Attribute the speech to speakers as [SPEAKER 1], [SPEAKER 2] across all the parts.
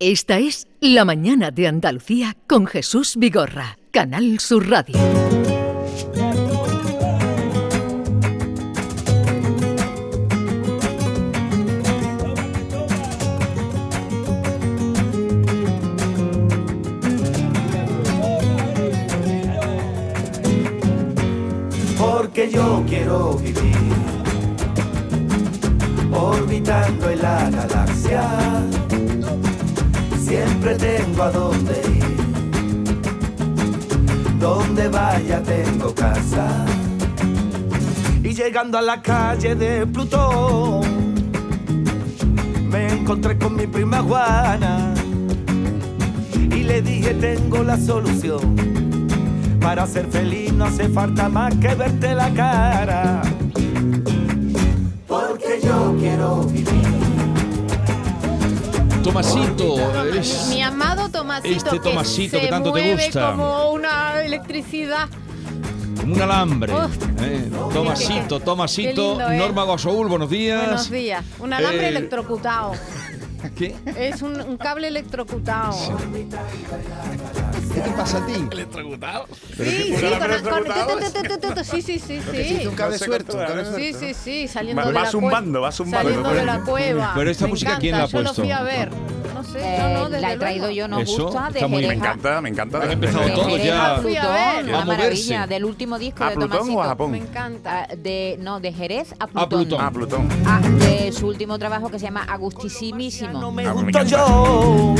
[SPEAKER 1] Esta es La Mañana de Andalucía con Jesús Vigorra, Canal Sur Radio.
[SPEAKER 2] Porque yo quiero vivir orbitando en la galaxia. Siempre tengo a dónde ir. Donde vaya tengo casa. Y llegando a la calle de Plutón, me encontré con mi prima Juana. Y le dije tengo la solución. Para ser feliz no hace falta más que verte la cara. Porque yo quiero vivir.
[SPEAKER 3] Tomasito, es-
[SPEAKER 4] Mi amado Tomasito,
[SPEAKER 3] Este Tomasito
[SPEAKER 4] que,
[SPEAKER 3] que
[SPEAKER 4] se
[SPEAKER 3] tanto te
[SPEAKER 4] mueve
[SPEAKER 3] gusta.
[SPEAKER 4] como una electricidad.
[SPEAKER 3] como un alambre.
[SPEAKER 4] Oh.
[SPEAKER 3] ¿eh? Tomasito,
[SPEAKER 4] Qué
[SPEAKER 3] Tomasito,
[SPEAKER 4] lindo, ¿eh?
[SPEAKER 3] Norma Guasoul, buenos días.
[SPEAKER 4] Buenos días. Un alambre
[SPEAKER 3] Eh,
[SPEAKER 4] electrocutado.
[SPEAKER 3] ¿Qué?
[SPEAKER 4] Es un, un cable electrocutado. Sí,
[SPEAKER 5] ¿Qué te pasa a ti?
[SPEAKER 4] sí, con- con- tu, tu, tu, tu, tu, tu, sí, sí, sí, sí.
[SPEAKER 5] Hiciste un cable suelto, un cable
[SPEAKER 4] Sí,
[SPEAKER 5] suelto.
[SPEAKER 4] sí, sí, saliendo
[SPEAKER 6] Va-
[SPEAKER 4] de la
[SPEAKER 6] va
[SPEAKER 4] cueva.
[SPEAKER 6] zumbando, va zumbando.
[SPEAKER 4] Saliendo de la cueva.
[SPEAKER 3] Pero esta
[SPEAKER 4] Me
[SPEAKER 3] música,
[SPEAKER 4] encanta,
[SPEAKER 3] ¿quién la ha
[SPEAKER 4] Yo lo fui
[SPEAKER 3] puesto?
[SPEAKER 4] a ver. No sé, yo
[SPEAKER 7] Eh,
[SPEAKER 4] no, desde
[SPEAKER 7] la he traído
[SPEAKER 4] luego.
[SPEAKER 7] yo, nos
[SPEAKER 3] Eso,
[SPEAKER 7] gusta, de
[SPEAKER 3] está muy
[SPEAKER 6] Me
[SPEAKER 3] bien.
[SPEAKER 7] Jerez a-
[SPEAKER 6] encanta, me encanta.
[SPEAKER 3] Han empezado
[SPEAKER 7] de
[SPEAKER 3] todos
[SPEAKER 7] Jerez
[SPEAKER 3] ya.
[SPEAKER 7] a
[SPEAKER 4] Fui a
[SPEAKER 7] Plutón,
[SPEAKER 4] ver.
[SPEAKER 3] A
[SPEAKER 7] una maravilla
[SPEAKER 3] moverse.
[SPEAKER 7] del último disco
[SPEAKER 6] ¿A
[SPEAKER 7] de
[SPEAKER 6] Plutón
[SPEAKER 7] Tomasito.
[SPEAKER 6] o a Japón?
[SPEAKER 4] Me encanta.
[SPEAKER 7] Ah, de, no, de Jerez a Plutón.
[SPEAKER 3] A Plutón.
[SPEAKER 6] Ah, Plutón.
[SPEAKER 7] Ah, de su último trabajo que se llama Agustísimísimo.
[SPEAKER 2] Me
[SPEAKER 6] Ah, me
[SPEAKER 2] gusto
[SPEAKER 6] encanta.
[SPEAKER 2] yo.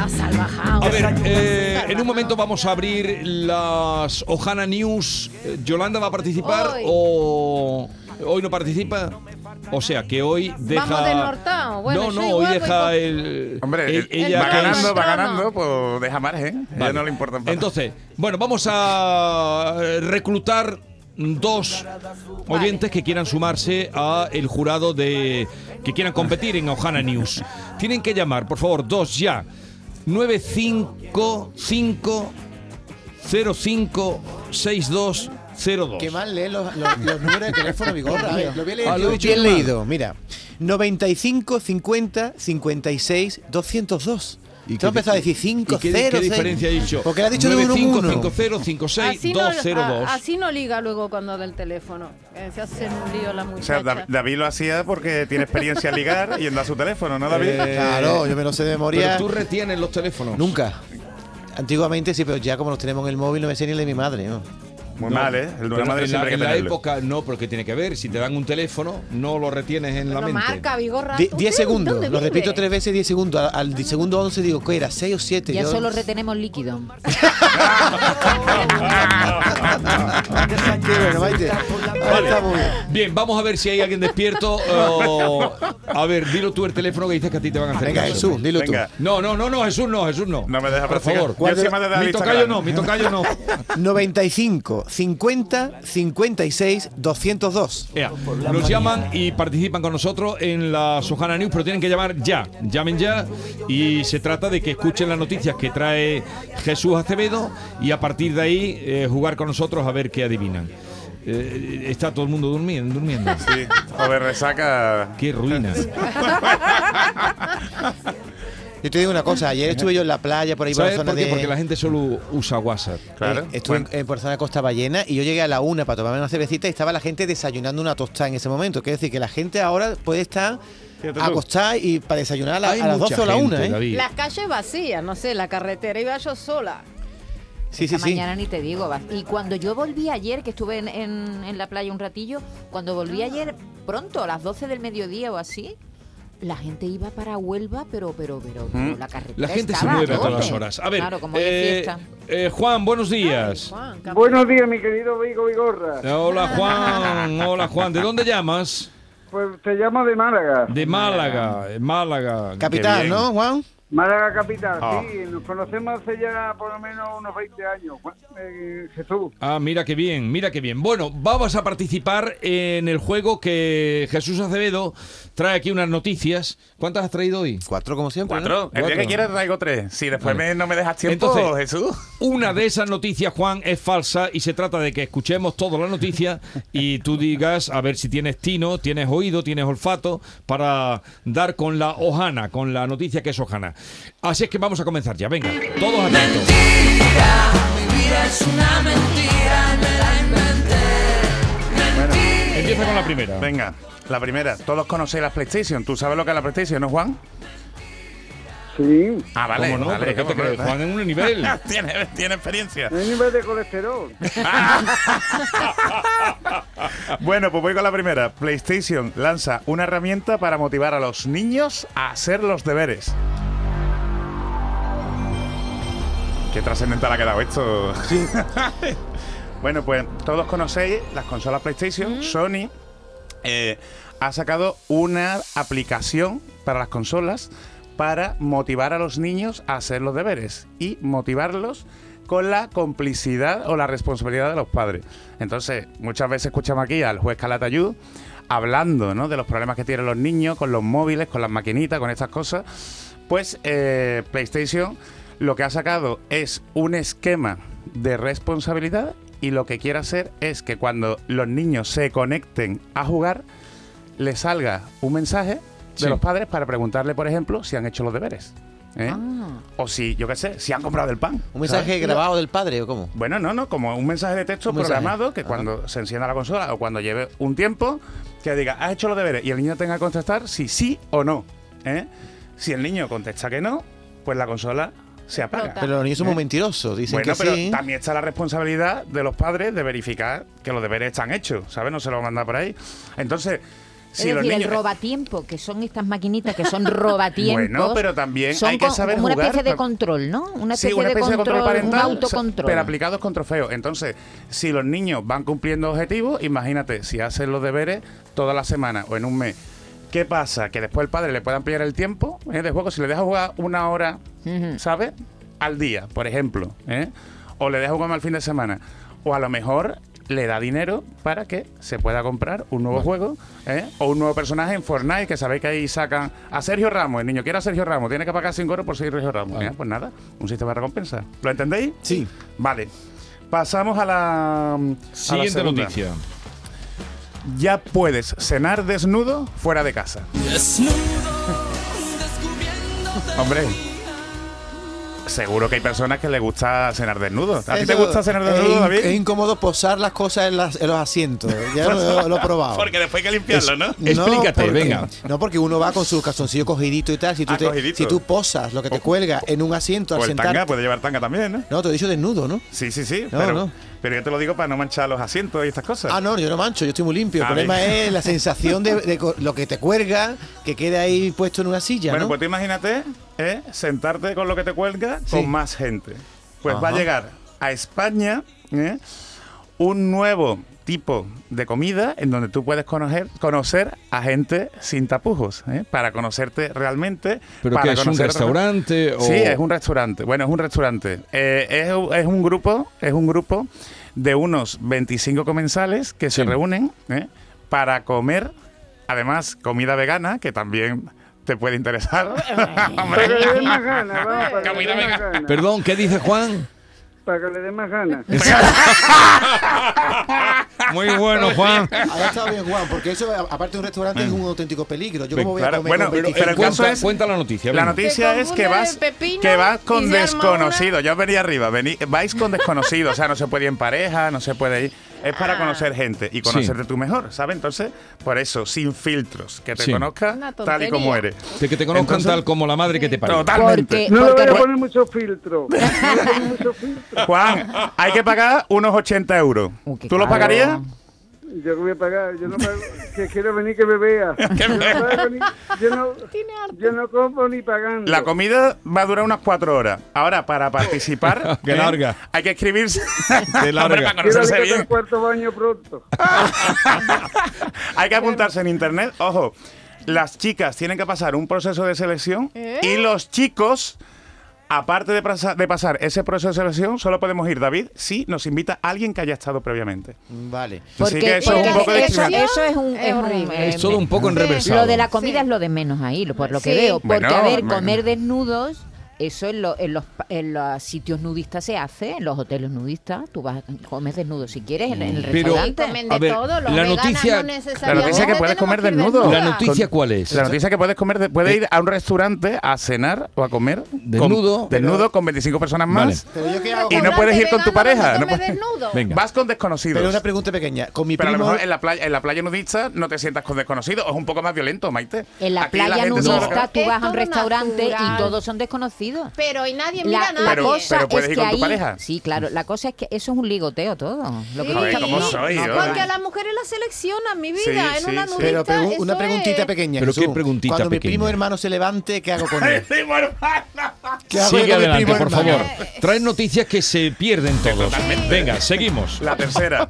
[SPEAKER 4] A salvajado.
[SPEAKER 3] A ver, eh, en un momento vamos a abrir las Ojana News. Eh, ¿Yolanda va a participar
[SPEAKER 4] Hoy.
[SPEAKER 3] o hoy no participa? O sea, que hoy deja...
[SPEAKER 4] Vamos desnortados. Bueno,
[SPEAKER 3] no,
[SPEAKER 4] yo
[SPEAKER 3] no,
[SPEAKER 4] igual
[SPEAKER 3] hoy
[SPEAKER 4] voy con-
[SPEAKER 3] deja el...
[SPEAKER 6] Hombre,
[SPEAKER 3] el-
[SPEAKER 4] ella
[SPEAKER 6] va
[SPEAKER 4] que
[SPEAKER 6] ganando,
[SPEAKER 4] es-
[SPEAKER 6] va
[SPEAKER 4] Trono.
[SPEAKER 6] ganando, pues deja margen. A
[SPEAKER 3] Vale.
[SPEAKER 6] ella no le importa. nada.
[SPEAKER 3] Entonces, bueno, vamos a eh, reclutar dos oyentes que quieran sumarse a el jurado de que quieran competir en Ojana News. Tienen que llamar, por favor, dos ya. 955 05 6202.
[SPEAKER 5] Qué mal lees los, los- los números de teléfono, Vigorra. A ver, Lo voy a leer
[SPEAKER 3] Ah, lo
[SPEAKER 5] yo.
[SPEAKER 3] he dicho
[SPEAKER 5] bien
[SPEAKER 3] yo mal.
[SPEAKER 5] leído, mira. 95, 50, 56, 202. Y
[SPEAKER 3] ¿Y qué
[SPEAKER 5] tú has empezado a
[SPEAKER 3] di-
[SPEAKER 5] decir 5,
[SPEAKER 3] ¿Y qué,
[SPEAKER 5] 0,
[SPEAKER 3] qué diferencia ha dicho?
[SPEAKER 5] Porque le ha dicho de 1 en 1.
[SPEAKER 3] 955056202.
[SPEAKER 4] Así no, a- así no liga luego cuando del teléfono. Eh, se hace un lío la
[SPEAKER 6] O
[SPEAKER 4] muchacha.
[SPEAKER 6] sea, Da- David lo hacía porque tiene experiencia en ligar y anda a su teléfono, ¿no, David?
[SPEAKER 3] Eh,
[SPEAKER 5] Claro, yo me lo sé de
[SPEAKER 3] Pero
[SPEAKER 5] memoria.
[SPEAKER 3] tú retienes los teléfonos.
[SPEAKER 5] Nunca. Antiguamente sí, pero ya como los tenemos en el móvil no me sé ni el de mi madre, ¿no?
[SPEAKER 6] Muy
[SPEAKER 3] No,
[SPEAKER 6] mal, ¿eh? El de una
[SPEAKER 3] pero
[SPEAKER 6] madre
[SPEAKER 3] en
[SPEAKER 6] siempre hay
[SPEAKER 3] la, en
[SPEAKER 6] que
[SPEAKER 3] la
[SPEAKER 6] tenerlo.
[SPEAKER 3] época no, porque tiene que ver. Si te dan un teléfono, no lo retienes en la
[SPEAKER 4] no
[SPEAKER 3] mente.
[SPEAKER 4] marca, Vigorra.
[SPEAKER 5] Die-
[SPEAKER 4] ¿Usted
[SPEAKER 5] 10 segundos,
[SPEAKER 4] dónde
[SPEAKER 5] lo
[SPEAKER 4] vive?
[SPEAKER 5] repito tres veces, 10 segundos. Al, al segundo 11 digo, ¿qué era? ¿6 o 7?
[SPEAKER 7] Ya solo retenemos líquido.
[SPEAKER 5] Qué bueno, Maite. Ahí está muy bien.
[SPEAKER 3] Bien, vamos a ver si hay alguien despierto. o- a ver, dilo tú el teléfono que dices que a ti te van a hacer
[SPEAKER 5] Venga,
[SPEAKER 3] caso.
[SPEAKER 5] Jesús, dilo tú.
[SPEAKER 6] Venga.
[SPEAKER 3] No, no, no, no, Jesús no, Jesús no.
[SPEAKER 6] No me deja
[SPEAKER 3] Por
[SPEAKER 6] practicar.
[SPEAKER 3] favor.
[SPEAKER 6] Yo encima de la
[SPEAKER 3] Mi
[SPEAKER 6] lista
[SPEAKER 3] tocayo
[SPEAKER 6] grande.
[SPEAKER 3] no, mi tocayo no.
[SPEAKER 5] 95 50 56 202.
[SPEAKER 3] Ea, nos llaman y participan con nosotros en la Sojana News, pero tienen que llamar ya. Llamen ya y se trata de que escuchen las noticias que trae Jesús Acevedo y a partir de ahí eh, jugar con nosotros a ver qué adivinan. Eh, está todo el mundo durmiendo. durmiendo.
[SPEAKER 6] Sí. O de resaca.
[SPEAKER 3] Qué ruina.
[SPEAKER 5] Yo te digo una cosa, ayer estuve yo en la playa por ahí por la
[SPEAKER 3] ¿Sabes
[SPEAKER 5] zona
[SPEAKER 3] por qué?
[SPEAKER 5] de
[SPEAKER 3] Porque la gente solo usa WhatsApp.
[SPEAKER 6] Claro.
[SPEAKER 5] Eh, estuve
[SPEAKER 6] Bueno,
[SPEAKER 5] en- eh, por la zona de Costa Ballena y yo llegué a la una para tomarme una cervecita y estaba la gente desayunando una tostada en ese momento. Quiero decir que la gente ahora puede estar
[SPEAKER 6] Fíjate tú.
[SPEAKER 5] acostada y para desayunar a, la-
[SPEAKER 3] Hay
[SPEAKER 5] a las
[SPEAKER 3] mucha
[SPEAKER 5] 12 o la
[SPEAKER 3] gente,
[SPEAKER 5] 1. ¿eh?
[SPEAKER 3] David.
[SPEAKER 4] Las calles vacías, no sé, la carretera. Iba yo sola.
[SPEAKER 5] Sí, sí,
[SPEAKER 7] Esta
[SPEAKER 5] sí.
[SPEAKER 7] mañana ni te digo. va- Y cuando yo volví ayer, que estuve en, en- en la playa un ratillo, cuando volví
[SPEAKER 4] Ah.
[SPEAKER 7] ayer pronto, a las 12 del mediodía o así, la gente iba para Huelva, pero, pero, pero, pero la carretera
[SPEAKER 3] La gente se
[SPEAKER 7] estaba
[SPEAKER 3] mueve a
[SPEAKER 7] tope.
[SPEAKER 3] todas las horas. A ver,
[SPEAKER 7] Claro, como hoy es
[SPEAKER 3] eh,
[SPEAKER 7] fiesta.
[SPEAKER 3] eh, Juan, buenos días.
[SPEAKER 4] Juan, cap-
[SPEAKER 8] Buenos días, mi querido Vigo Vigorra.
[SPEAKER 3] Hola Juan, hola Juan. ¿De dónde llamas?
[SPEAKER 8] Pues te llamo de Málaga,
[SPEAKER 3] De Málaga, eh, Málaga.
[SPEAKER 6] Qué
[SPEAKER 5] Capital,
[SPEAKER 6] bien.
[SPEAKER 5] ¿no, Juan?
[SPEAKER 8] Málaga capital.
[SPEAKER 6] Ah.
[SPEAKER 8] Sí, nos conocemos hace ya por lo menos unos 20 años. Juan- eh, Jesús,
[SPEAKER 3] Ah, mira qué bien, mira qué bien. Bueno, vamos a participar en el juego que Jesús Acevedo trae aquí unas noticias. ¿Cuántas has traído hoy?
[SPEAKER 5] Cuatro, como siempre. ¿no?
[SPEAKER 6] Cuatro. El día
[SPEAKER 3] Cuatro.
[SPEAKER 6] que quieras traigo tres. Si después
[SPEAKER 3] Vale.
[SPEAKER 6] me- no me dejas tiempo,
[SPEAKER 3] Entonces-
[SPEAKER 6] Jesús.
[SPEAKER 3] Una de esas noticias, Juan, es falsa y se trata de que escuchemos toda la noticia y tú digas a ver si tienes tino, tienes oído, tienes olfato para dar con la hojana, con la noticia que es hojana. Así es que vamos a comenzar ya, venga, todos atentos. Empieza con la primera.
[SPEAKER 6] Venga, la primera. Todos conocéis la PlayStation. ¿Tú sabes lo que es la PlayStation, no, Juan?
[SPEAKER 8] Sí,
[SPEAKER 6] Ah, vale.
[SPEAKER 3] ¿Cómo no?
[SPEAKER 6] vale,
[SPEAKER 3] ¿Pero
[SPEAKER 6] vale,
[SPEAKER 3] qué te crees?
[SPEAKER 6] vale.
[SPEAKER 3] Juan en un nivel.
[SPEAKER 6] tiene, tiene experiencia.
[SPEAKER 8] es nivel de colesterol.
[SPEAKER 6] Bueno, pues voy con la primera. PlayStation lanza una herramienta para motivar a los niños a hacer los deberes. Qué trascendental ha quedado esto. bueno, pues todos conocéis las consolas PlayStation. Sony eh, ha sacado una aplicación para las consolas para motivar a los niños a hacer los deberes y motivarlos con la complicidad o la responsabilidad de los padres. Entonces, muchas veces escuchamos aquí al juez Calatayud hablando ¿no? de los problemas que tienen los niños con los móviles, con las maquinitas, con estas cosas. Pues eh, PlayStation lo que ha sacado es un esquema de responsabilidad y lo que quiere hacer es que cuando los niños se conecten a jugar, le salga un mensaje de
[SPEAKER 3] Sí.
[SPEAKER 6] los padres para preguntarle, por ejemplo, si han hecho los deberes. ¿eh?
[SPEAKER 7] Ah.
[SPEAKER 6] O si, yo qué sé, si han comprado el pan.
[SPEAKER 5] ¿Un mensaje
[SPEAKER 6] ¿sabes?
[SPEAKER 5] grabado del padre o cómo?
[SPEAKER 6] Bueno, no, no, como un mensaje de texto
[SPEAKER 5] Un mensaje.
[SPEAKER 6] programado que
[SPEAKER 5] Ajá.
[SPEAKER 6] cuando se encienda la consola o cuando lleve un tiempo, que diga, has hecho los deberes y el niño tenga que contestar si sí o no. ¿eh? Si el niño contesta que no, pues la consola se apaga.
[SPEAKER 5] Pero los niños son muy mentirosos, dicen
[SPEAKER 6] Bueno,
[SPEAKER 5] que
[SPEAKER 6] pero
[SPEAKER 5] sí.
[SPEAKER 6] también está la responsabilidad de los padres de verificar que los deberes están hechos, ¿sabes? No se lo van a mandar por ahí. Entonces,
[SPEAKER 7] Es
[SPEAKER 6] si los
[SPEAKER 7] decir, el
[SPEAKER 6] niños...
[SPEAKER 7] robatiempo, que son estas maquinitas que son robatiempos.
[SPEAKER 6] Bueno, pero también
[SPEAKER 7] son
[SPEAKER 6] hay que
[SPEAKER 7] co-
[SPEAKER 6] saber
[SPEAKER 7] como una
[SPEAKER 6] jugar,
[SPEAKER 7] especie de
[SPEAKER 6] pa-
[SPEAKER 7] control, ¿no? Una
[SPEAKER 6] Sí,
[SPEAKER 7] especie,
[SPEAKER 6] una especie de control parental,
[SPEAKER 7] un autocontrol.
[SPEAKER 6] pero aplicados con trofeos. Entonces, si los niños van cumpliendo objetivos, imagínate, si hacen los deberes toda la semana o en un mes, ¿qué pasa? Que después el padre le puede ampliar el tiempo ¿eh? de juego. Si le deja jugar una hora,
[SPEAKER 7] Ujú.
[SPEAKER 6] ¿sabes? Al día, por ejemplo, ¿eh? o le deja jugar más el fin de semana, o a lo mejor le da dinero para que se pueda comprar un nuevo juego ¿eh? o un nuevo personaje en Fortnite, que sabéis que ahí sacan a Sergio Ramos, el niño quiere a Sergio Ramos, tiene que pagar 5 euros por Sergio Ramos. ¿eh? Pues nada, un sistema de recompensa. ¿Lo entendéis?
[SPEAKER 5] Sí.
[SPEAKER 6] Vale. Pasamos a la... a la
[SPEAKER 3] Siguiente
[SPEAKER 6] segunda.
[SPEAKER 3] noticia.
[SPEAKER 6] Ya puedes cenar desnudo fuera de casa. Hombre. Seguro que hay personas que les gusta cenar desnudo. ¿A ti te
[SPEAKER 5] Eso
[SPEAKER 6] gusta cenar
[SPEAKER 5] es
[SPEAKER 6] desnudo,
[SPEAKER 5] in-
[SPEAKER 6] David?
[SPEAKER 5] Es incómodo posar las cosas en, las- en los asientos. Ya lo, lo he probado.
[SPEAKER 6] Porque después hay que limpiarlo, ¿no?
[SPEAKER 5] No,
[SPEAKER 3] Explícate,
[SPEAKER 5] porque-
[SPEAKER 3] venga.
[SPEAKER 5] No, porque uno va con su calzoncillo cogidito y tal. Si tú,
[SPEAKER 6] Ah,
[SPEAKER 5] te-
[SPEAKER 6] cogidito.
[SPEAKER 5] si tú posas lo que te
[SPEAKER 6] O-
[SPEAKER 5] cuelga en un asiento al
[SPEAKER 6] O Pues el
[SPEAKER 5] sentar.
[SPEAKER 6] tanga, puede llevar tanga también, ¿no?
[SPEAKER 5] No, te he dicho desnudo, ¿no?
[SPEAKER 6] Sí, sí, sí.
[SPEAKER 5] No,
[SPEAKER 6] pero,
[SPEAKER 5] no.
[SPEAKER 6] pero yo te lo digo para no manchar los asientos y estas cosas.
[SPEAKER 5] Ah, no, yo no mancho, yo estoy muy limpio. El
[SPEAKER 6] Ah,
[SPEAKER 5] problema
[SPEAKER 6] bien.
[SPEAKER 5] es la sensación de, de co- lo que te cuelga, que quede ahí puesto en una silla,
[SPEAKER 6] bueno,
[SPEAKER 5] ¿no?
[SPEAKER 6] pues tú imagínate ¿eh? sentarte con lo que te cuelga
[SPEAKER 5] Sí.
[SPEAKER 6] con más gente. Pues va a
[SPEAKER 5] Ajá.
[SPEAKER 6] llegar a España ¿eh? un nuevo tipo de comida en donde tú puedes conocer, conocer a gente sin tapujos, ¿eh? para conocerte realmente.
[SPEAKER 3] ¿Pero
[SPEAKER 6] para
[SPEAKER 3] que es un
[SPEAKER 6] conocer-
[SPEAKER 3] restaurante o...?
[SPEAKER 6] Sí, es un restaurante. Bueno, es un restaurante. Eh, es, u- es un grupo, es un grupo de unos 25 comensales que se
[SPEAKER 3] Sí.
[SPEAKER 6] reúnen ¿eh? para comer, además, comida vegana, que también te puede interesar. Hombre.
[SPEAKER 8] Para que le dé más ganas, vamos, para que le
[SPEAKER 6] Camila,
[SPEAKER 8] dé más
[SPEAKER 6] venga.
[SPEAKER 8] ganas.
[SPEAKER 3] Perdón, ¿qué dice Juan?
[SPEAKER 8] Para que le dé más ganas.
[SPEAKER 3] Muy bueno, Juan.
[SPEAKER 5] Ahí está bien, Juan, porque eso, a- aparte de un restaurante, es un auténtico peligro. Yo como voy
[SPEAKER 6] claro,
[SPEAKER 5] a comer
[SPEAKER 6] bueno,
[SPEAKER 5] con
[SPEAKER 6] pero-
[SPEAKER 5] 25?
[SPEAKER 6] pero el
[SPEAKER 3] cuenta,
[SPEAKER 6] caso es-
[SPEAKER 3] cuenta la noticia.
[SPEAKER 6] La
[SPEAKER 3] venga.
[SPEAKER 6] noticia
[SPEAKER 4] Te
[SPEAKER 6] es que
[SPEAKER 4] confunde
[SPEAKER 6] vas,
[SPEAKER 4] el pepino
[SPEAKER 6] que vas con
[SPEAKER 4] y se arma
[SPEAKER 6] desconocidos. Ya os venía arriba. vení- vais con desconocidos. o sea, no se puede ir en pareja, no se puede ir. Es
[SPEAKER 4] Ah.
[SPEAKER 6] para conocer gente y conocerte tú mejor, ¿sabes? Entonces, por eso, sin filtros. Que te
[SPEAKER 3] Sí.
[SPEAKER 6] conozca
[SPEAKER 4] Una
[SPEAKER 6] tal y como
[SPEAKER 4] tontería.
[SPEAKER 6] eres.
[SPEAKER 3] De que te conozcan
[SPEAKER 6] Entonces-
[SPEAKER 3] tal como la madre que te parió.
[SPEAKER 6] Totalmente.
[SPEAKER 7] Porque,
[SPEAKER 8] No le voy
[SPEAKER 7] porque
[SPEAKER 8] a poner mucho filtro. No le voy a poner mucho filtro.
[SPEAKER 6] Juan, hay que pagar unos 80 euros.
[SPEAKER 7] Uh, qué
[SPEAKER 6] ¿Tú los
[SPEAKER 7] caro.
[SPEAKER 6] pagarías?
[SPEAKER 8] Yo que voy a pagar, yo no pago, que quiero venir que me vea. Yo no, pago ni- yo no, yo no compro ni pagando.
[SPEAKER 6] La comida va a durar unas cuatro horas. Ahora, para participar,
[SPEAKER 3] Qué
[SPEAKER 6] ¿eh?
[SPEAKER 3] larga.
[SPEAKER 6] hay que escribirse.
[SPEAKER 3] Qué larga.
[SPEAKER 6] Hombre, para
[SPEAKER 8] Quiero
[SPEAKER 6] conocerse
[SPEAKER 8] que el
[SPEAKER 6] bien.
[SPEAKER 8] cuarto baño pronto.
[SPEAKER 6] Hay que apuntarse en internet. Ojo, las chicas tienen que pasar un proceso de selección
[SPEAKER 4] ¿Eh?
[SPEAKER 6] y los chicos, aparte de, pasa- de pasar ese proceso de selección, solo podemos ir, David, si nos invita alguien que haya estado previamente.
[SPEAKER 5] Vale.
[SPEAKER 6] Así que eso es
[SPEAKER 7] porque
[SPEAKER 6] un poco
[SPEAKER 7] eso,
[SPEAKER 6] discriminante.
[SPEAKER 7] eso es un,
[SPEAKER 4] Es
[SPEAKER 7] es un-
[SPEAKER 4] horrible.
[SPEAKER 3] Es todo un poco
[SPEAKER 7] Lo
[SPEAKER 3] enreversado.
[SPEAKER 7] de la comida
[SPEAKER 4] Sí.
[SPEAKER 7] es lo de menos ahí, lo- por lo que
[SPEAKER 4] Sí.
[SPEAKER 7] veo. Porque,
[SPEAKER 6] Bueno,
[SPEAKER 7] a ver,
[SPEAKER 6] bueno.
[SPEAKER 7] comer desnudos Eso en, lo- en los, pa- en los sitios nudistas se hace, en los hoteles nudistas. Tú vas, comes desnudo si quieres, en, en el
[SPEAKER 3] Pero-
[SPEAKER 4] Y
[SPEAKER 7] restaurante.
[SPEAKER 4] comen
[SPEAKER 3] A
[SPEAKER 4] de
[SPEAKER 3] ver,
[SPEAKER 4] todo, los
[SPEAKER 3] la
[SPEAKER 4] veganos
[SPEAKER 3] noticia-
[SPEAKER 4] no necesariamente
[SPEAKER 6] la noticia es que
[SPEAKER 4] tenemos
[SPEAKER 6] puedes comer
[SPEAKER 4] que ir
[SPEAKER 6] desnudo.
[SPEAKER 4] desnudas.
[SPEAKER 3] ¿La noticia cuál es?
[SPEAKER 6] La noticia es que puedes comer, de-
[SPEAKER 3] Eh.
[SPEAKER 6] puedes ir a un restaurante a cenar o a comer con-
[SPEAKER 3] Desnudo.
[SPEAKER 6] desnudo con 25 personas más.
[SPEAKER 5] Pero yo qué hago.
[SPEAKER 6] Y no puedes ir con tu
[SPEAKER 4] Restaurante
[SPEAKER 6] pareja,
[SPEAKER 4] vegano
[SPEAKER 6] no
[SPEAKER 4] donde
[SPEAKER 6] puedes-
[SPEAKER 4] comes desnudo.
[SPEAKER 3] Venga.
[SPEAKER 6] Vas con
[SPEAKER 5] Pero
[SPEAKER 6] desconocidos.
[SPEAKER 5] una pregunta pequeña. Con mi
[SPEAKER 6] Pero a lo
[SPEAKER 5] primo.
[SPEAKER 6] mejor en la playa, en la playa nudista no te sientas con desconocidos. Es un poco más violento, Maite.
[SPEAKER 7] En la
[SPEAKER 6] Aquí
[SPEAKER 7] playa
[SPEAKER 6] gente sabe lo que-
[SPEAKER 7] nudista tú
[SPEAKER 4] Es
[SPEAKER 7] vas a
[SPEAKER 4] todo
[SPEAKER 7] un restaurante
[SPEAKER 4] natural.
[SPEAKER 7] y todos son desconocidos.
[SPEAKER 4] Pero y nadie mira
[SPEAKER 7] La,
[SPEAKER 4] a
[SPEAKER 7] la
[SPEAKER 4] nadie.
[SPEAKER 6] Pero-
[SPEAKER 7] cosa
[SPEAKER 6] pero puedes
[SPEAKER 7] es
[SPEAKER 6] ir
[SPEAKER 7] que
[SPEAKER 6] con tu
[SPEAKER 7] ahí-
[SPEAKER 6] pareja.
[SPEAKER 7] Sí, claro. La cosa es que eso es un ligoteo todo. Lo que
[SPEAKER 4] Sí,
[SPEAKER 7] busca-
[SPEAKER 6] Joder, ¿cómo soy, yo?
[SPEAKER 4] Porque a las mujeres las seleccionan, mi vida.
[SPEAKER 6] Sí,
[SPEAKER 4] en una
[SPEAKER 6] sí, sí.
[SPEAKER 4] nudista,
[SPEAKER 5] Pero pregu-
[SPEAKER 4] eso
[SPEAKER 5] una preguntita
[SPEAKER 4] es-
[SPEAKER 5] pequeña.
[SPEAKER 3] Pero qué
[SPEAKER 5] Jesús.
[SPEAKER 3] preguntita
[SPEAKER 5] Cuando mi
[SPEAKER 3] pequeña.
[SPEAKER 5] primo hermano se levante, ¿qué hago con él?
[SPEAKER 6] ¡Decimos, hermano!
[SPEAKER 5] ¿Qué hago
[SPEAKER 3] Sigue
[SPEAKER 5] yo con mi
[SPEAKER 3] adelante,
[SPEAKER 5] primo
[SPEAKER 3] por
[SPEAKER 5] hermano?
[SPEAKER 3] favor. Traes noticias que se pierden todos.
[SPEAKER 6] Totalmente.
[SPEAKER 3] Venga, seguimos.
[SPEAKER 6] La tercera.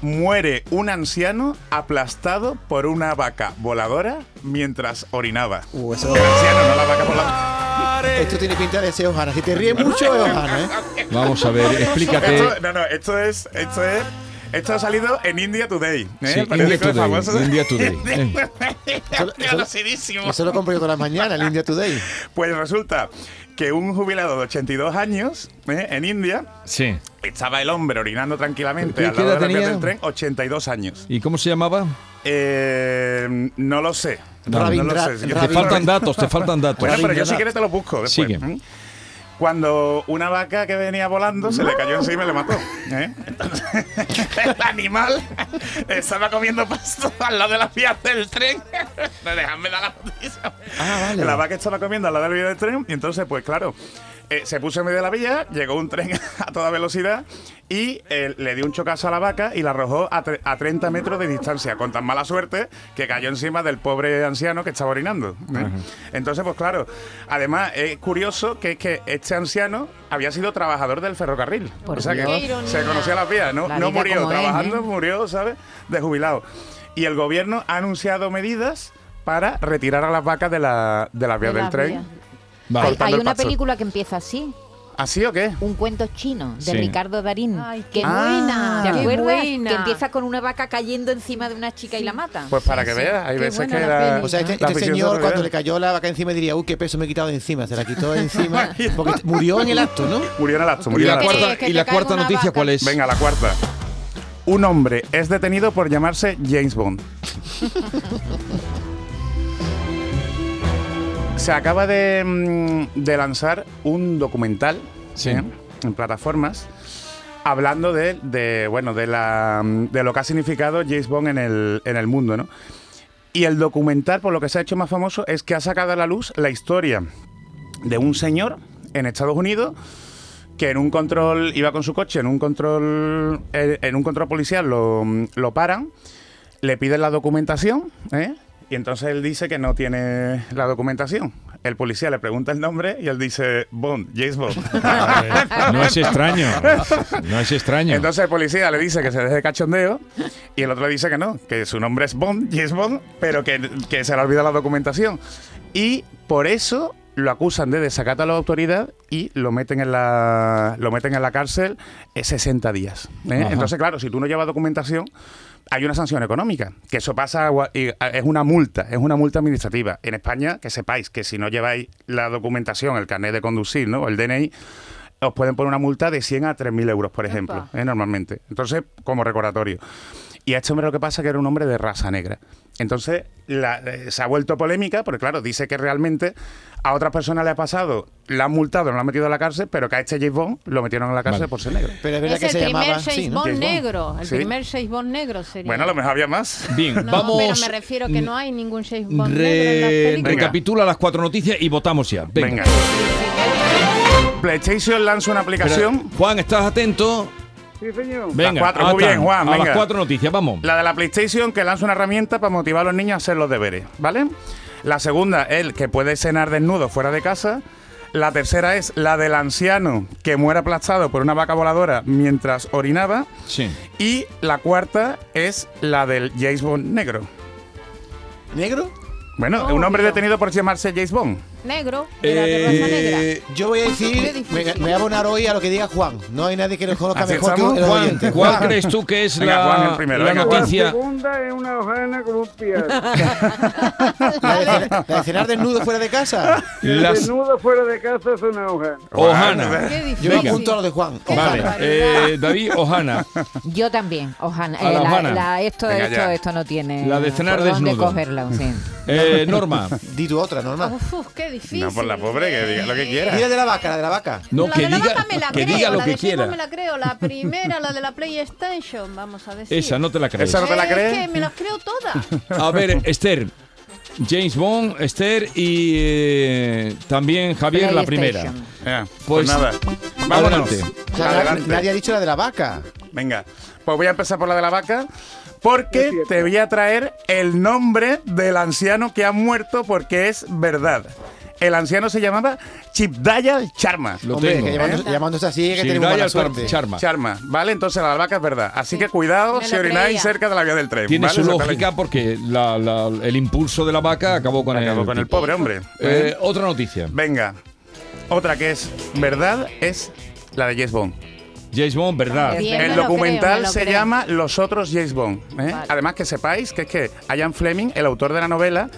[SPEAKER 6] Muere un anciano aplastado por una vaca voladora mientras orinaba.
[SPEAKER 5] Uh, eso-
[SPEAKER 6] El anciano, no la vaca voladora.
[SPEAKER 5] Esto tiene pinta de ser Ojana. Si te ríes mucho, es Ojana, ¿eh?
[SPEAKER 3] Vamos a ver, explícate.
[SPEAKER 6] Esto, no, no, esto es, esto es. Esto ha salido en India Today. ¿eh?
[SPEAKER 3] Sí,
[SPEAKER 6] El periódico
[SPEAKER 3] India Today,
[SPEAKER 6] famoso.
[SPEAKER 3] India Today.
[SPEAKER 5] Solo-
[SPEAKER 6] Conocidísimo.
[SPEAKER 5] Eso lo compro yo todas las mañanas, el India Today.
[SPEAKER 6] Pues resulta que un jubilado de 82 años ¿eh? en India
[SPEAKER 3] Sí.
[SPEAKER 6] estaba el hombre orinando tranquilamente
[SPEAKER 3] ¿Qué-
[SPEAKER 6] al
[SPEAKER 3] qué
[SPEAKER 6] lado de
[SPEAKER 3] edad
[SPEAKER 6] la vías
[SPEAKER 3] tenía?
[SPEAKER 6] del tren, 82 años.
[SPEAKER 3] ¿Y cómo se llamaba?
[SPEAKER 6] Eh, no lo sé. No, no lo
[SPEAKER 5] Ravindra-
[SPEAKER 6] sé. Yo-
[SPEAKER 5] Ravindra-
[SPEAKER 3] Te faltan datos, te faltan datos.
[SPEAKER 6] Bueno, pero yo
[SPEAKER 5] Ravindra-
[SPEAKER 6] si quieres te lo busco después.
[SPEAKER 3] Sigue.
[SPEAKER 6] ¿Mm? Cuando una vaca que venía volando se le cayó encima y le mató. ¿eh? Entonces, el animal estaba comiendo pasto al lado de las vías del tren. No, Dejadme dar la noticia.
[SPEAKER 5] Ah, vale.
[SPEAKER 6] La vaca estaba comiendo al lado de la vía del tren y entonces, pues claro, eh, se puso en medio de la vía, llegó un tren a toda velocidad y eh, le dio un chocazo a la vaca y la arrojó a, tre- a 30 metros de distancia, con tan mala suerte que cayó encima del pobre anciano que estaba orinando. ¿eh? Entonces, pues claro, además es curioso que es que este anciano había sido trabajador del ferrocarril.
[SPEAKER 7] Por
[SPEAKER 6] o sea
[SPEAKER 7] Dios.
[SPEAKER 4] Qué
[SPEAKER 6] que
[SPEAKER 4] ironía.
[SPEAKER 6] se conocía las vías, ¿no?
[SPEAKER 7] La
[SPEAKER 6] no
[SPEAKER 7] vida
[SPEAKER 6] murió
[SPEAKER 7] como es,
[SPEAKER 6] trabajando,
[SPEAKER 7] ¿eh?
[SPEAKER 6] murió, ¿sabes? De jubilado. Y el gobierno ha anunciado medidas para retirar a las vacas de la, de las vías
[SPEAKER 4] De
[SPEAKER 6] del
[SPEAKER 4] las
[SPEAKER 6] tren.
[SPEAKER 4] vías.
[SPEAKER 7] Hay,
[SPEAKER 6] Cortando
[SPEAKER 7] hay
[SPEAKER 6] el
[SPEAKER 7] una
[SPEAKER 6] pasto.
[SPEAKER 7] película que empieza así,
[SPEAKER 6] ¿Así o qué?
[SPEAKER 7] un cuento chino de
[SPEAKER 3] Sí.
[SPEAKER 7] Ricardo Darín.
[SPEAKER 4] Ay, qué
[SPEAKER 7] que Ah,
[SPEAKER 4] buena.
[SPEAKER 7] ¿Te
[SPEAKER 4] qué
[SPEAKER 7] acuerdas?
[SPEAKER 4] buena.
[SPEAKER 7] Que empieza con una vaca cayendo encima de una chica y la mata.
[SPEAKER 6] Pues para que veas, hay
[SPEAKER 4] Qué
[SPEAKER 6] veces
[SPEAKER 4] buena
[SPEAKER 6] que
[SPEAKER 4] la
[SPEAKER 6] la-
[SPEAKER 4] peli.
[SPEAKER 5] O sea, este,
[SPEAKER 6] la
[SPEAKER 5] este
[SPEAKER 6] afición
[SPEAKER 5] señor
[SPEAKER 6] se
[SPEAKER 5] cuando
[SPEAKER 6] revela.
[SPEAKER 5] le cayó la vaca encima diría, uy, qué peso me he quitado de encima. Se la quitó de encima. Porque murió en el acto, ¿no?
[SPEAKER 6] Murió en el acto,
[SPEAKER 3] ¿Y
[SPEAKER 6] murió en
[SPEAKER 3] la
[SPEAKER 6] el
[SPEAKER 4] que-
[SPEAKER 6] acto.
[SPEAKER 3] cuarta,
[SPEAKER 4] que
[SPEAKER 3] y
[SPEAKER 4] te
[SPEAKER 3] la
[SPEAKER 4] caiga
[SPEAKER 3] cuarta
[SPEAKER 4] una
[SPEAKER 3] noticia
[SPEAKER 4] vaca.
[SPEAKER 3] cuál es?
[SPEAKER 6] Venga, la cuarta. Un hombre es detenido por llamarse James Bond. Se acaba de, mm, de lanzar un documental
[SPEAKER 3] Sí.
[SPEAKER 6] ¿eh? en plataformas hablando de, de, bueno de la mm, de lo que ha significado James Bond en el, en el mundo, ¿no? Y el documental, por lo que se ha hecho más famoso, es que ha sacado a la luz la historia de un señor en Estados Unidos que en un control iba con su coche, en un control eh, en un control policial lo, lo paran, le piden la documentación, ¿eh? Y entonces él dice que no tiene la documentación. El policía le pregunta el nombre y él dice Bond, James Bond.
[SPEAKER 3] pues, No es extraño. No es extraño.
[SPEAKER 6] Entonces el policía le dice que se deje de cachondeo y el otro le dice que no, que su nombre es Bond, James Bond, pero que, que se le ha olvidado la documentación. Y por eso lo acusan de desacato a la autoridad y lo meten en la, lo meten en la cárcel eh, 60 días. ¿eh?
[SPEAKER 3] Ajá.
[SPEAKER 6] Entonces, claro, si tú no llevas documentación, hay una sanción económica, que eso pasa, gua- y, a- es una multa, es una multa administrativa. En España, que sepáis que si no lleváis la documentación, el carnet de conducir, ¿no? O el DNI, os pueden poner una multa de 100 a 3.000 euros, por ejemplo, ¿eh? normalmente. Entonces, como recordatorio. Y a este hombre lo que pasa es que era un hombre de raza negra. Entonces, la- eh, se ha vuelto polémica, porque claro, dice que realmente a otras personas le ha pasado, la han multado, no la han metido a la cárcel, pero que a este James Bond lo metieron a la cárcel
[SPEAKER 3] Vale.
[SPEAKER 6] por ser negro.
[SPEAKER 5] Pero es verdad
[SPEAKER 4] Es
[SPEAKER 5] que
[SPEAKER 4] el
[SPEAKER 5] se
[SPEAKER 4] primer
[SPEAKER 5] llamaba
[SPEAKER 4] James
[SPEAKER 5] así, ¿no?
[SPEAKER 4] Bond
[SPEAKER 6] James Bond.
[SPEAKER 4] negro. El
[SPEAKER 6] Sí.
[SPEAKER 4] primer James Bond negro sería.
[SPEAKER 6] Bueno, a lo mejor había más.
[SPEAKER 3] Bien,
[SPEAKER 4] No,
[SPEAKER 3] vamos.
[SPEAKER 4] pero me refiero que no hay ningún James Bond negro en las
[SPEAKER 3] Re-
[SPEAKER 4] películas.
[SPEAKER 3] recapitula las cuatro noticias y votamos ya. Venga.
[SPEAKER 6] Venga. PlayStation lanza una
[SPEAKER 3] Espera,
[SPEAKER 6] aplicación.
[SPEAKER 3] Juan, ¿estás atento?
[SPEAKER 8] Sí, señor.
[SPEAKER 3] Venga,
[SPEAKER 6] cuatro, muy
[SPEAKER 3] atan,
[SPEAKER 6] bien, Juan,
[SPEAKER 3] a
[SPEAKER 6] venga.
[SPEAKER 3] las cuatro noticias, vamos.
[SPEAKER 6] La de la PlayStation que lanza una herramienta para motivar a los niños a hacer los deberes, ¿vale? La segunda, el que puede cenar desnudo fuera de casa. La tercera es la del anciano que muere aplastado por una vaca voladora mientras orinaba.
[SPEAKER 3] Sí.
[SPEAKER 6] Y la cuarta es la del James Bond negro.
[SPEAKER 5] ¿Negro?
[SPEAKER 6] Bueno, un hombre detenido por llamarse James Bond.
[SPEAKER 4] Negro, era de raza negra.
[SPEAKER 5] Eh, yo voy a
[SPEAKER 4] Qué
[SPEAKER 5] decir,
[SPEAKER 4] difícil.
[SPEAKER 5] me, me voy a abonar hoy a lo que diga Juan. No hay nadie que nos conozca
[SPEAKER 6] ¿Así
[SPEAKER 5] mejor que
[SPEAKER 6] estamos?
[SPEAKER 5] el
[SPEAKER 6] Juan,
[SPEAKER 5] oyente.
[SPEAKER 3] ¿Cuál crees tú que es
[SPEAKER 6] Venga,
[SPEAKER 3] la,
[SPEAKER 6] Juan, el primero,
[SPEAKER 3] la
[SPEAKER 6] venga.
[SPEAKER 8] La
[SPEAKER 3] noticia?
[SPEAKER 8] segunda es una hojana como un piano.
[SPEAKER 5] La de cenar- la de cenar desnudo fuera de casa.
[SPEAKER 3] Las-
[SPEAKER 8] Desnudo fuera de casa es una hojana.
[SPEAKER 3] Ohana.
[SPEAKER 6] eh,
[SPEAKER 4] Qué difícil.
[SPEAKER 5] Yo me
[SPEAKER 3] Venga.
[SPEAKER 5] apunto a lo de Juan.
[SPEAKER 3] Vale, eh, David Ohana.
[SPEAKER 7] Yo también, Ojana.
[SPEAKER 3] A
[SPEAKER 7] eh,
[SPEAKER 3] la
[SPEAKER 7] la-
[SPEAKER 3] Ojana.
[SPEAKER 7] la- esto,
[SPEAKER 6] Venga,
[SPEAKER 7] esto,
[SPEAKER 6] ya.
[SPEAKER 7] esto no tiene.
[SPEAKER 3] La de cenar
[SPEAKER 7] por
[SPEAKER 3] desnudo.
[SPEAKER 7] Dónde cogerla, sí.
[SPEAKER 3] Eh, Norma.
[SPEAKER 5] Di tu otra, normal.
[SPEAKER 4] Uf, uf, qué difícil.
[SPEAKER 6] No, por la pobre, que diga lo que quiera.
[SPEAKER 5] Mira de la vaca, la de la vaca.
[SPEAKER 3] No,
[SPEAKER 4] la
[SPEAKER 3] que
[SPEAKER 4] de la
[SPEAKER 3] diga,
[SPEAKER 4] vaca me la
[SPEAKER 3] que
[SPEAKER 4] creo,
[SPEAKER 3] diga lo
[SPEAKER 4] la
[SPEAKER 3] que
[SPEAKER 4] de Sego me
[SPEAKER 3] quiera.
[SPEAKER 4] la creo. La primera, la de la PlayStation, vamos a decir.
[SPEAKER 3] Esa no te la crees.
[SPEAKER 6] Esa no te la
[SPEAKER 4] Es
[SPEAKER 6] crees.
[SPEAKER 4] que me las creo todas.
[SPEAKER 3] A ver, Esther. James Bond, Esther y eh, también Javier, la primera.
[SPEAKER 7] PlayStation.
[SPEAKER 6] Eh, pues,
[SPEAKER 3] Pues,
[SPEAKER 6] nada. Vámonos.
[SPEAKER 3] adelante.
[SPEAKER 5] O sea,
[SPEAKER 6] Adelante.
[SPEAKER 5] nadie ha dicho la de la vaca.
[SPEAKER 6] Venga, pues voy a empezar por la de la vaca. Porque te voy a traer el nombre del anciano que ha muerto porque es verdad. El anciano se llamaba Chipdaya Charma.
[SPEAKER 3] Lo
[SPEAKER 5] Hombre,
[SPEAKER 3] tengo.
[SPEAKER 5] que llamándose,
[SPEAKER 4] ¿Eh?
[SPEAKER 5] llamándose así es que
[SPEAKER 3] Sin
[SPEAKER 5] tenemos
[SPEAKER 3] Daya
[SPEAKER 5] buena
[SPEAKER 3] Tar-
[SPEAKER 5] suerte.
[SPEAKER 3] Charma.
[SPEAKER 6] Charma, ¿vale? Entonces la vaca es verdad. Así que cuidado
[SPEAKER 4] Me
[SPEAKER 6] si
[SPEAKER 4] lo
[SPEAKER 6] orináis
[SPEAKER 4] creía.
[SPEAKER 6] cerca de la vía del tren.
[SPEAKER 3] Tiene
[SPEAKER 6] ¿vale?
[SPEAKER 3] su
[SPEAKER 6] Eso te lo-
[SPEAKER 3] lógica porque la- la- el impulso de la vaca acabó con
[SPEAKER 6] Acabó
[SPEAKER 3] el.
[SPEAKER 6] con el pobre hombre.
[SPEAKER 3] Eh, otra noticia.
[SPEAKER 6] Venga, otra que es verdad es la de James Bond.
[SPEAKER 3] James Bond, verdad.
[SPEAKER 4] Bien.
[SPEAKER 6] El
[SPEAKER 4] me lo creo,
[SPEAKER 6] documental
[SPEAKER 4] me lo
[SPEAKER 6] se
[SPEAKER 4] creo.
[SPEAKER 6] llama Los otros James Bond. ¿eh?
[SPEAKER 7] Vale.
[SPEAKER 6] Además que sepáis que es que Ian Fleming, el autor de la novela,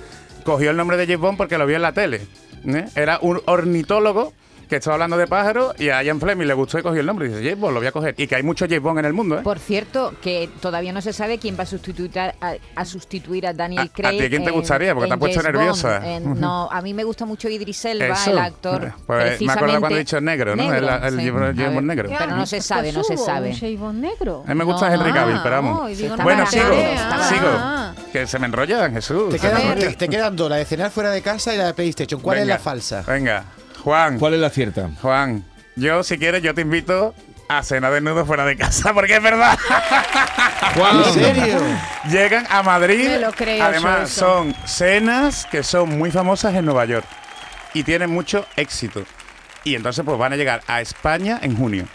[SPEAKER 6] cogió el nombre de James Bond porque lo vio en la tele. ¿eh? Era un ornitólogo que estaba hablando de pájaros y a Ian Fleming le gustó y cogió el nombre. Y dice, James Bond, lo voy a coger. Y que hay muchos James Bond en el mundo, ¿eh?
[SPEAKER 7] Por cierto, que todavía no se sabe quién va a sustituir a, a- a sustituir a
[SPEAKER 6] ¿A- a
[SPEAKER 7] Daniel
[SPEAKER 6] ti
[SPEAKER 7] Craig.
[SPEAKER 6] quién te
[SPEAKER 7] en-
[SPEAKER 6] gustaría? Porque te
[SPEAKER 7] en
[SPEAKER 6] has puesto
[SPEAKER 7] James Bond.
[SPEAKER 6] nerviosa.
[SPEAKER 7] En- no, a mí me gusta mucho Idris Elba,
[SPEAKER 6] Eso.
[SPEAKER 7] el actor.
[SPEAKER 6] Eh, pues, me
[SPEAKER 7] precisamente.
[SPEAKER 6] acuerdo cuando he dicho negro, ¿no? El- el James Bond
[SPEAKER 7] A ver,
[SPEAKER 6] negro.
[SPEAKER 7] Pero no se sabe, no se
[SPEAKER 4] Pues hubo
[SPEAKER 7] sabe.
[SPEAKER 4] Un Shavon negro.
[SPEAKER 6] A mí me gusta
[SPEAKER 7] No,
[SPEAKER 6] Henry
[SPEAKER 7] no.
[SPEAKER 6] Cavill, pero vamos.
[SPEAKER 4] Ah, y digo, no
[SPEAKER 6] bueno,
[SPEAKER 4] me la
[SPEAKER 6] sigo,
[SPEAKER 4] sé. Ah,
[SPEAKER 6] sigo.
[SPEAKER 4] ah, ah.
[SPEAKER 6] Que se me enrollan, Jesús.
[SPEAKER 5] Te
[SPEAKER 6] A
[SPEAKER 5] quedan,
[SPEAKER 6] ver.
[SPEAKER 5] te, te quedan dos, la de cenar fuera de casa y la de PlayStation. ¿Cuál
[SPEAKER 6] Venga,
[SPEAKER 5] es la falsa?
[SPEAKER 6] Venga, Juan.
[SPEAKER 3] ¿Cuál es la cierta?
[SPEAKER 6] Juan, yo si quieres yo te invito a cenar desnudo fuera de casa, porque es verdad.
[SPEAKER 3] Juan.
[SPEAKER 5] ¿En serio?
[SPEAKER 6] Llegan a Madrid.
[SPEAKER 4] Me lo creo, yo
[SPEAKER 6] Además,
[SPEAKER 4] eso.
[SPEAKER 6] son cenas que son muy famosas en Nueva York y tienen mucho éxito. Y entonces pues van a llegar a España en junio.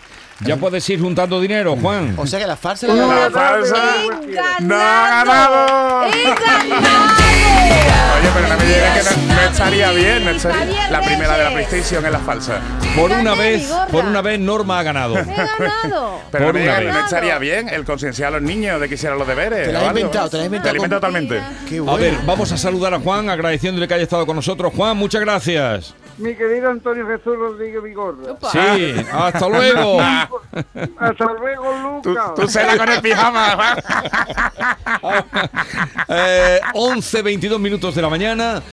[SPEAKER 3] Ya puedes ir juntando dinero, Juan.
[SPEAKER 5] O sea que la falsa es la de la
[SPEAKER 6] La
[SPEAKER 5] vaca.
[SPEAKER 6] falsa no ha ganado. Oye, pero no me digas que no, no estaría bien. no estaría-
[SPEAKER 4] Javier
[SPEAKER 6] La primera de la
[SPEAKER 4] Reyes.
[SPEAKER 6] PlayStation es la falsa.
[SPEAKER 3] Por
[SPEAKER 4] Gané,
[SPEAKER 3] una vez,
[SPEAKER 4] gorda.
[SPEAKER 3] por una vez Norma ha ganado.
[SPEAKER 4] He ganado.
[SPEAKER 6] Pero
[SPEAKER 3] Por
[SPEAKER 6] no, me digas
[SPEAKER 3] una
[SPEAKER 6] que no
[SPEAKER 4] vez.
[SPEAKER 6] estaría bien el concienciar a los niños de que hicieran los deberes.
[SPEAKER 5] Te la has
[SPEAKER 6] o algo.
[SPEAKER 5] inventado, te la has
[SPEAKER 6] Te
[SPEAKER 5] inventado.
[SPEAKER 6] la he inventado
[SPEAKER 5] con-
[SPEAKER 6] totalmente.
[SPEAKER 5] Qué
[SPEAKER 3] A
[SPEAKER 5] bueno.
[SPEAKER 3] ver, vamos a saludar a Juan agradeciéndole que haya estado con nosotros. Juan, muchas gracias.
[SPEAKER 8] Mi querido Antonio Jesús Rodríguez Vigorra.
[SPEAKER 4] Upa.
[SPEAKER 3] Sí, hasta luego.
[SPEAKER 8] Hasta luego,
[SPEAKER 6] Tú,
[SPEAKER 8] Lucas.
[SPEAKER 6] tú cena con el pijama.
[SPEAKER 3] Eh, 11, 22 minutos de la mañana.